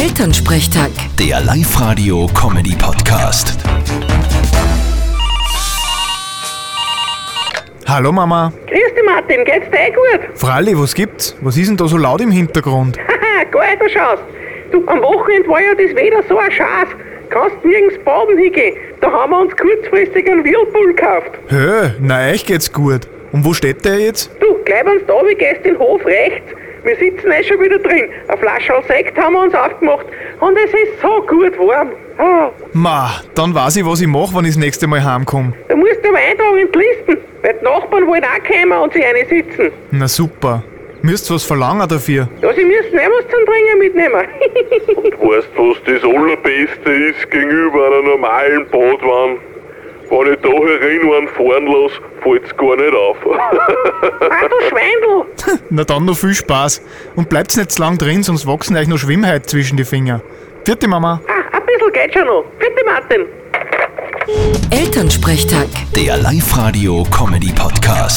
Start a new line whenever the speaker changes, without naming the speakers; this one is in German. Elternsprechtag.
Der Live-Radio-Comedy-Podcast.
Hallo Mama.
Grüß dich, Martin, geht's dir eh gut?
Fralli, was gibt's? Was ist denn da so laut im Hintergrund?
Haha, geil, da schaust. Du, am Wochenende war ja das Wetter so ein Scheiß. Kannst nirgends baden hingehen. Da haben wir uns kurzfristig einen Whirlpool gekauft.
Hö, na euch geht's gut. Und wo steht der jetzt?
Du, gleich wenn's da wie gehst in den Hof rechts. Wir sitzen eh schon wieder drin. Eine Flasche Sekt haben wir uns aufgemacht. Und es ist so gut warm. Ah,
Ma, dann weiß ich, was ich mache, wenn ich das nächste Mal heimkomme.
da musst du aber Eintrag entlisten, weil die Nachbarn wollen auch kommen und sich eine sitzen.
Na super. Müsst was verlangen dafür.
Ja, sie müssen eh was zum Trinken mitnehmen.
Weißt du, was das Allerbeste ist gegenüber einer normalen Badwanne? Wenn ich da herin einen fahren lasse, fällt's gar nicht auf.
ah, du Schweindel.
Na dann noch viel Spaß. Und bleibt's nicht zu lang drin, sonst wachsen euch noch Schwimmheit zwischen die Finger. Vierte Mama.
Ah, ein bisschen geht schon noch. Bitte, Martin.
Elternsprechtag.
Der Live-Radio-Comedy-Podcast.